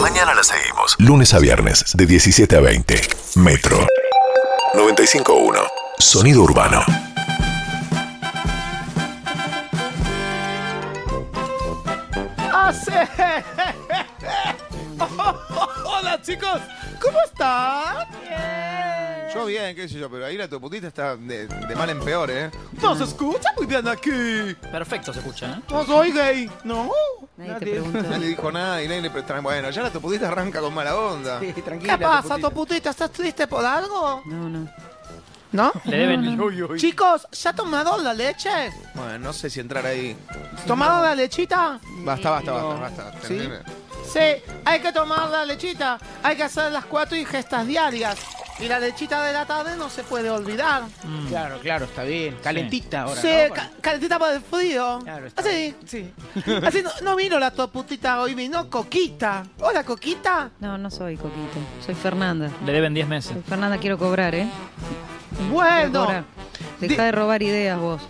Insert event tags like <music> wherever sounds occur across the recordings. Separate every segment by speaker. Speaker 1: Mañana la seguimos. Lunes a viernes, de 17 a 20. Metro. 95.1. Sonido urbano.
Speaker 2: Hace- <laughs> Hola chicos, ¿cómo están?
Speaker 3: Yo bien, qué sé yo, pero ahí la toputita está de, de mal en peor, ¿eh?
Speaker 2: Nos escucha muy bien aquí.
Speaker 4: Perfecto se escucha, ¿eh?
Speaker 2: No soy gay, no.
Speaker 5: Nadie te
Speaker 2: Nadie.
Speaker 5: preguntó.
Speaker 3: Nadie dijo nada y nadie le prestó. Bueno, ya la toputita arranca con mala onda.
Speaker 5: Sí, tranquila.
Speaker 2: ¿Qué pasa,
Speaker 5: Toputita.
Speaker 2: Toputita? ¿Estás triste por algo?
Speaker 5: No, no.
Speaker 2: <laughs> ¿No?
Speaker 4: Le deben el
Speaker 2: Chicos, ¿se ha tomado la leche?
Speaker 3: Bueno, no sé si entrar ahí.
Speaker 2: ¿Tomado la lechita?
Speaker 3: Basta, basta, basta, basta.
Speaker 2: ¿Sí?
Speaker 3: ¿entendés?
Speaker 2: Sí, hay que tomar la lechita. Hay que hacer las cuatro ingestas diarias. Y la lechita de la tarde no se puede olvidar.
Speaker 5: Claro, claro, está bien. Calentita ahora.
Speaker 2: sí,
Speaker 5: ¿no?
Speaker 2: ca- calentita por el frío.
Speaker 5: Claro, está
Speaker 2: Así, sí. Así no, no vino la toputita hoy, vino Coquita. Hola, Coquita.
Speaker 6: <laughs> No, no soy Coquito, soy Fernanda.
Speaker 4: Le deben 10 meses.
Speaker 6: Soy Fernanda quiero cobrar, ¿eh? Quiero
Speaker 2: Bueno,
Speaker 6: cobrar.
Speaker 2: Di-
Speaker 6: Deja de robar ideas vos,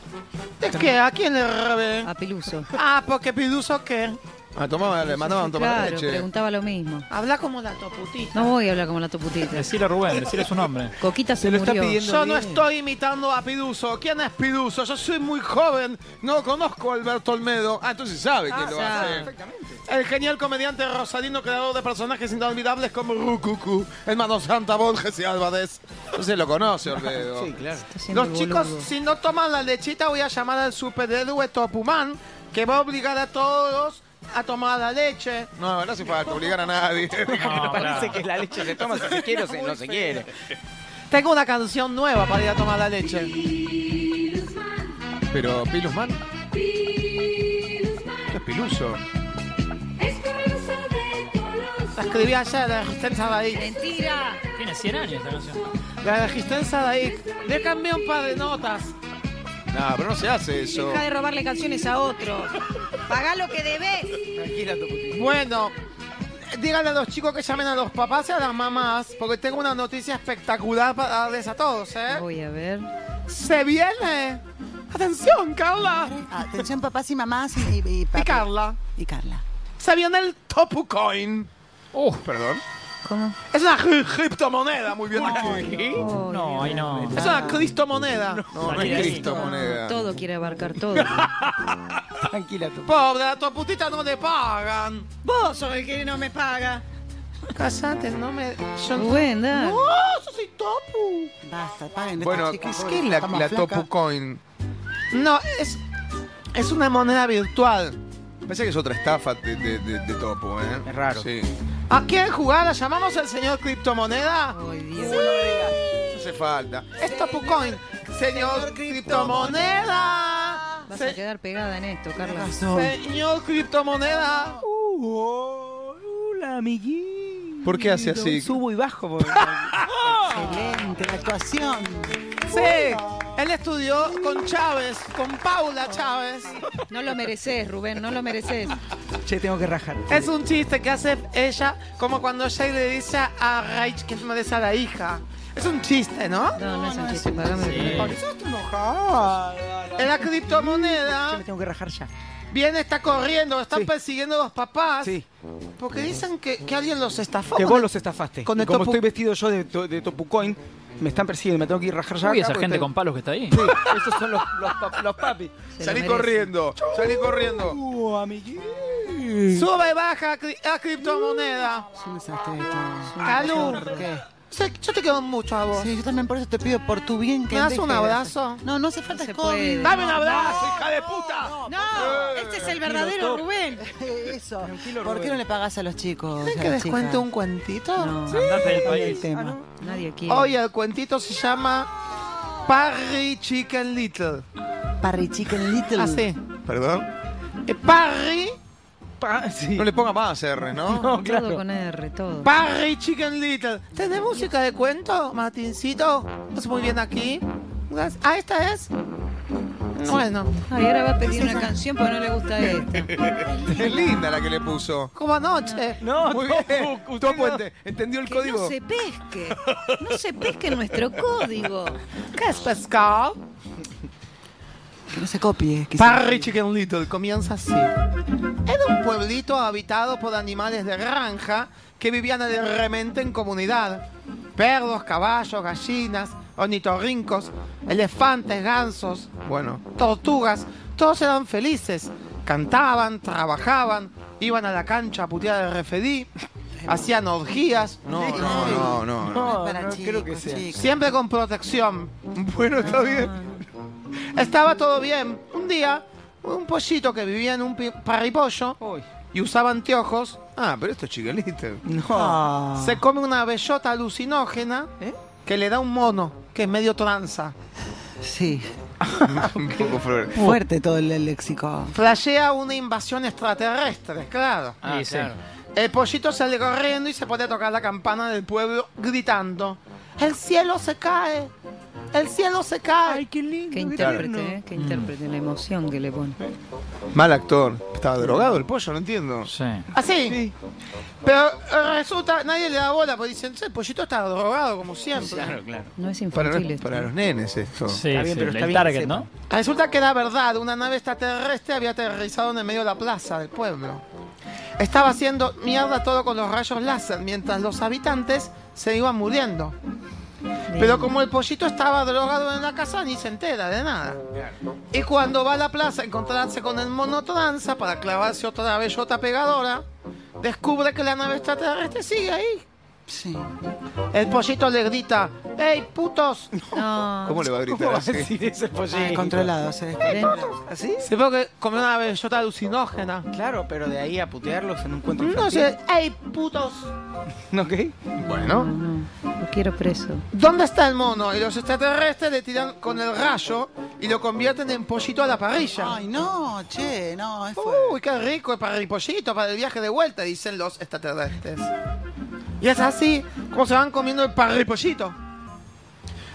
Speaker 2: ¿de qué? ¿A quién le robé?
Speaker 6: a Piluso.
Speaker 2: Ah, porque Piduso qué.
Speaker 3: Ah, tomaba, le mandaban tomar
Speaker 6: claro,
Speaker 3: leche.
Speaker 6: preguntaba lo mismo.
Speaker 2: Habla como la toputita.
Speaker 6: No voy a hablar como la toputita.
Speaker 4: Decirle a Rubén, decirle su nombre.
Speaker 6: Coquita se murió.
Speaker 2: Yo no estoy imitando a Piduso. ¿Quién es Piduso? Yo soy muy joven.
Speaker 3: No conozco a Alberto Olmedo. Ah, entonces sabe
Speaker 2: Ah,
Speaker 3: que lo
Speaker 6: ya.
Speaker 3: hace.
Speaker 5: Perfectamente.
Speaker 2: El genial comediante Rosalino, creador de personajes inolvidables como Rukuku.
Speaker 3: Hermano Santa Borges y Álvarez. Entonces lo conoce Olmedo.
Speaker 5: Sí, claro.
Speaker 6: Está siendo
Speaker 2: Los chicos,
Speaker 6: boludo.
Speaker 2: si no toman la lechita, voy a llamar al superhéroe Topumán, que va a obligar a todos a tomar la leche.
Speaker 3: No, la verdad se fue a obligar a
Speaker 5: <laughs>
Speaker 3: nadie.
Speaker 4: No,
Speaker 5: Parece que la leche se toma si se quiere o se- no se quiere.
Speaker 2: Tengo una canción nueva para ir a tomar la leche.
Speaker 3: Pero Pilusman. ¿Qué es Piluso?
Speaker 2: La escribí ayer, la resistencia de ahí.
Speaker 6: Mentira.
Speaker 4: Tiene 100 años esta canción.
Speaker 2: La resistencia de ahí. Le cambié un par de notas.
Speaker 3: No, pero no se hace eso.
Speaker 6: Deja de robarle canciones a otros. Pagá lo que debes.
Speaker 5: Tranquila, Toputita.
Speaker 2: Bueno, díganle a los chicos que llamen a los papás y a las mamás, porque tengo una noticia espectacular para darles a todos, ¿eh?
Speaker 6: Voy a ver.
Speaker 2: ¡Se viene! ¡Atención, Carla!
Speaker 7: Atención papás y mamás y, y, y
Speaker 2: Y
Speaker 7: papi-
Speaker 2: Carla.
Speaker 7: y Carla.
Speaker 2: Se viene el Topu Coin.
Speaker 3: Oh, perdón.
Speaker 6: ¿Cómo?
Speaker 2: Es una cri- criptomoneda, muy bien.
Speaker 6: Oh,
Speaker 4: No, ahí no.
Speaker 2: Es una criptomoneda.
Speaker 3: No, no es Cristo moneda.
Speaker 6: Todo quiere abarcar todo.
Speaker 5: Tranquila, Toputita.
Speaker 2: Pobre, a tu putita no le pagan. Vos sos el que no me paga. Casate, no me. Yo...
Speaker 6: Rubén, da.
Speaker 2: No, yo soy Topu.
Speaker 7: Basta, paguen esta
Speaker 3: Bueno, ¿qué
Speaker 7: chica,
Speaker 3: es,
Speaker 7: pobre,
Speaker 3: qué es la,
Speaker 7: está más
Speaker 3: la
Speaker 7: flaca.
Speaker 3: Topu Coin?
Speaker 2: No, es. Es una moneda virtual.
Speaker 3: Pensé que es otra estafa de, de- de- de Topu, ¿eh?
Speaker 5: Es raro.
Speaker 3: Sí.
Speaker 2: ¿A quién jugar? ¿La llamamos al señor Criptomoneda?
Speaker 6: Ay, Dios.
Speaker 3: No hace falta.
Speaker 2: Es Topu Coin. Señor Criptomoneda.
Speaker 6: Vas a
Speaker 2: Se-
Speaker 6: quedar pegada en esto, Carla.
Speaker 2: Señor Criptomoneda.
Speaker 5: Hola, amiguito.
Speaker 3: ¿Por qué hace así?
Speaker 5: Subo y bajo. por-
Speaker 7: Excelente, la actuación.
Speaker 2: Sí, él estudió con Chávez, con Paula Chávez.
Speaker 6: No lo mereces, Rubén, no lo mereces.
Speaker 5: che, tengo que rajar.
Speaker 2: Es un chiste que hace ella, como cuando ella le dice a Reich que es madre a la hija. Es un chiste, ¿no?
Speaker 6: No, no es un chiste, pagame. lo que debes.
Speaker 7: Porque sos tu enojada.
Speaker 2: En la criptomoneda,
Speaker 5: Yo me tengo que rajar ya.
Speaker 2: bien está corriendo, están
Speaker 5: Sí.
Speaker 2: persiguiendo a los papás.
Speaker 5: Sí,
Speaker 2: Porque dicen que, que alguien los estafó.
Speaker 5: que vos los estafaste.
Speaker 2: con
Speaker 5: Con
Speaker 2: el
Speaker 5: como
Speaker 2: Topu-
Speaker 5: estoy vestido yo de, to- de Topucoin, me están persiguiendo, me tengo que ir a rajar ya.
Speaker 4: Uy,
Speaker 5: acá
Speaker 4: esa
Speaker 5: porque
Speaker 4: gente
Speaker 5: tengo-
Speaker 4: con palos que está ahí.
Speaker 5: Sí, esos son los, los, pap- los papis.
Speaker 6: Se lo
Speaker 3: Salí
Speaker 6: merece.
Speaker 3: corriendo, salí corriendo.
Speaker 5: Uh, amiguito.
Speaker 2: Sube y baja a, cri- a criptomoneda.
Speaker 7: Es un desastre esto.
Speaker 2: Calú,
Speaker 7: ¿Por qué?
Speaker 2: sé- yo te quiero mucho a vos.
Speaker 7: Sí, yo también por eso te pido por tu bien que
Speaker 2: ¿Me das
Speaker 7: dejes
Speaker 2: un
Speaker 7: de-
Speaker 2: abrazo?
Speaker 7: No, no hace falta
Speaker 6: No se
Speaker 7: es COVID.
Speaker 6: puede.
Speaker 2: ¡Dame un abrazo, hija de puta!
Speaker 6: No, este es el verdadero Rubén.
Speaker 7: <laughs> Eso.
Speaker 5: Tranquilo,
Speaker 7: ¿Por qué
Speaker 5: Rubén.
Speaker 7: no le pagás a los chicos?
Speaker 2: ¿Quieren
Speaker 7: a
Speaker 2: que
Speaker 7: las
Speaker 2: les
Speaker 7: chicas?
Speaker 2: cuente un cuentito?
Speaker 6: No,
Speaker 4: Andate del
Speaker 7: Cambia el
Speaker 4: país.
Speaker 7: tema.
Speaker 6: nadie quiere.
Speaker 2: Hoy el cuentito se llama Parry Chicken Little.
Speaker 7: Parry Chicken Little.
Speaker 2: Así.
Speaker 3: ¿Perdón?
Speaker 2: Eh, Parry,
Speaker 5: Pa- sí.
Speaker 3: No le ponga más R, ¿no?
Speaker 5: <laughs> No,
Speaker 6: Todo
Speaker 5: claro.
Speaker 6: con R, todo.
Speaker 2: Parry Chicken Little. ¿Tenés música de cuento, Martincito? Es muy bien aquí. Gracias. Ah, esta es. Bueno,
Speaker 6: Ay, ahora va a pedir una canción porque no le gusta esta.
Speaker 3: Es linda la que le puso.
Speaker 2: como anoche.
Speaker 5: No,
Speaker 3: Muy
Speaker 5: Topu,
Speaker 3: bien.
Speaker 5: usted
Speaker 3: Topu,
Speaker 5: no-
Speaker 3: ente- ¿entendió el
Speaker 6: Que no
Speaker 3: código?
Speaker 6: se pesque. No se pesque nuestro código.
Speaker 2: ¿Qué es pescado?
Speaker 7: Que no se copie. quizá.
Speaker 2: Parry Chicken Little comienza así. Era un pueblito habitado por animales de granja que vivían alegremente en comunidad. Perros, caballos, gallinas, ornitorrincos, elefantes, gansos, bueno, tortugas, todos eran felices. Cantaban, trabajaban, iban a la cancha a putear el refedí, hacían orgías.
Speaker 3: No, no, no, no. no.
Speaker 7: No, para
Speaker 5: no
Speaker 7: chicos,
Speaker 5: creo que sea.
Speaker 7: chicos.
Speaker 2: Siempre con protección.
Speaker 3: Bueno, está bien.
Speaker 2: Estaba todo bien. Un día, un pollito que vivía en un pi- parripollo
Speaker 5: Uy.
Speaker 2: y usaba anteojos,
Speaker 3: Ah, pero esto es Chicken Little.
Speaker 5: No.
Speaker 7: Ah.
Speaker 2: se come una bellota alucinógena
Speaker 5: ¿Eh?
Speaker 2: que le da un mono, que es medio tranza.
Speaker 7: Sí.
Speaker 3: <laughs> Un poco flor.
Speaker 7: Fuerte todo el, el léxico.
Speaker 2: Flashea una invasión extraterrestre, claro.
Speaker 4: Ah,
Speaker 5: Y sí.
Speaker 4: claro.
Speaker 2: El pollito sale corriendo y se pone a tocar la campana del pueblo gritando. El cielo se cae. El cielo se cae.
Speaker 5: qué lindo.
Speaker 8: Qué intérprete, ¿eh? Qué intérprete, la emoción que le pone.
Speaker 3: Mal actor. Estaba drogado el pollo, no entiendo.
Speaker 4: Sí.
Speaker 2: Así. Pero eh, resulta, nadie le da bola, porque dicen, "Che, el pollito está drogado como siempre.
Speaker 4: claro.
Speaker 8: No es
Speaker 3: Para,
Speaker 8: infantil esto.
Speaker 3: para los nenes esto.
Speaker 4: Sí,
Speaker 5: Está
Speaker 4: sí,
Speaker 5: bien, pero
Speaker 4: el
Speaker 5: está bien
Speaker 4: target,
Speaker 5: que
Speaker 4: ¿no?
Speaker 2: Resulta que era verdad, una nave extraterrestre había aterrizado en el medio de la plaza del pueblo. Estaba haciendo mierda todo con los rayos láser mientras los habitantes se iban muriendo. Pero como el pollito estaba drogado en la casa, ni se entera de nada.
Speaker 7: Mm,
Speaker 2: Y cuando va a la plaza a encontrarse con el mono tranza para clavarse otra bellota pegadora, descubre que la nave extraterrestre sigue ahí.
Speaker 7: Sí.
Speaker 2: El pollito le grita, ¡Ey,
Speaker 7: <laughs>
Speaker 2: putos!
Speaker 8: No.
Speaker 3: ¿Cómo le va a
Speaker 5: ¿Cómo
Speaker 3: gritar
Speaker 5: va a
Speaker 3: así?
Speaker 5: decir ese
Speaker 7: Ah,
Speaker 5: pollito?
Speaker 7: controlado, se
Speaker 8: Ven.
Speaker 5: ¿Así?
Speaker 2: Se ve que comió una bellota alucinógena.
Speaker 5: Claro, pero de ahí a putearlos en un cuento
Speaker 2: No
Speaker 5: infantil.
Speaker 2: sé, ¡Ey, putos!
Speaker 5: ¿No qué?
Speaker 8: No,
Speaker 3: Bueno.
Speaker 8: no, Lo quiero preso.
Speaker 2: ¿Dónde está el mono? Y los extraterrestres le tiran con el rayo y lo convierten en pollito a la parrilla.
Speaker 7: Ay, no, che, no, es fuerte.
Speaker 2: Uy, qué rico para el pollito, para el viaje de vuelta, dicen los extraterrestres. Y es así como se van comiendo el parripollito.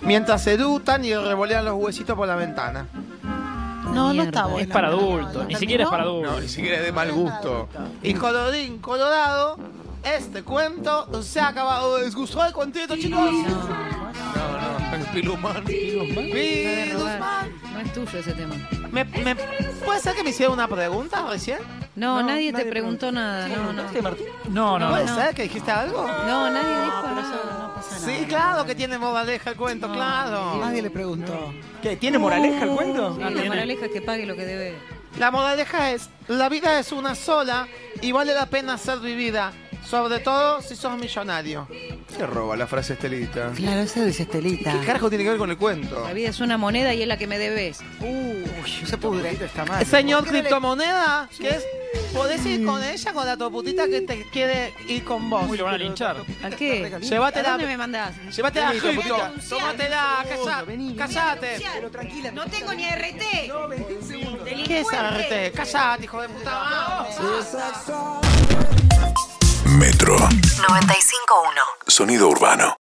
Speaker 2: Mientras se dutan y revolean los huesitos por la ventana.
Speaker 7: No, no está
Speaker 8: Mierda.
Speaker 7: bueno.
Speaker 8: Es
Speaker 4: Es para
Speaker 7: no, no, no,
Speaker 4: adultos, ni
Speaker 7: ¿terminó?
Speaker 4: siquiera es para adultos.
Speaker 3: No, ni siquiera es de mal gusto.
Speaker 2: Y colorín colorado, este cuento se ha acabado. ¿Les gustó el cuentito, chicos?
Speaker 3: Pilumán.
Speaker 8: Te
Speaker 2: Virus
Speaker 8: va a robar.
Speaker 2: Man.
Speaker 8: No es tuyo ese tema.
Speaker 2: ¿Me- me- ¿Puede ser que me hiciera una pregunta recién?
Speaker 8: No,
Speaker 5: No,
Speaker 8: nadie te
Speaker 5: nadie
Speaker 8: preguntó nada. No, no.
Speaker 5: Sí, Martín.
Speaker 4: No, no,
Speaker 2: ¿Puede
Speaker 4: no.
Speaker 2: ser que dijiste algo?
Speaker 8: No, nadie dijo nada. No pasa
Speaker 2: Sí, claro que tiene moraleja el cuento, claro.
Speaker 7: Nadie le preguntó.
Speaker 5: ¿Qué? ¿Tiene moraleja el cuento?
Speaker 8: nada. Sí, La moraleja es que pague lo que debe.
Speaker 2: La moraleja es, la vida es una sola y vale la pena ser vivida, sobre todo si sos millonario.
Speaker 3: Se roba la frase estelita.
Speaker 7: Claro, eso dice Estelita.
Speaker 3: ¿Qué carajo tiene que ver con el cuento?
Speaker 8: La vida es una moneda y es la que me debes.
Speaker 7: Uy, se pudre.
Speaker 5: Está mal.
Speaker 2: Señor criptomoneda, ¿qué es? ¿Podés ir con
Speaker 5: Mm.
Speaker 2: ella, con la toputita que te quiere ir con vos?
Speaker 4: Uy, lo van a linchar.
Speaker 8: ¿A qué?
Speaker 2: Llévate
Speaker 8: ¿A
Speaker 2: la-
Speaker 8: dónde me mandás?
Speaker 2: Llévate la
Speaker 5: Vení,
Speaker 2: cripto,
Speaker 5: toputita.
Speaker 2: tómatela, casa-
Speaker 5: vení, vení.
Speaker 2: casate.
Speaker 5: Pero tranquila.
Speaker 6: No tengo ni RT.
Speaker 5: No, 21 segundos.
Speaker 2: ¿Qué es arte? Casate, hijo de puta.
Speaker 1: Metro.
Speaker 9: 95.1.
Speaker 1: Sonido urbano.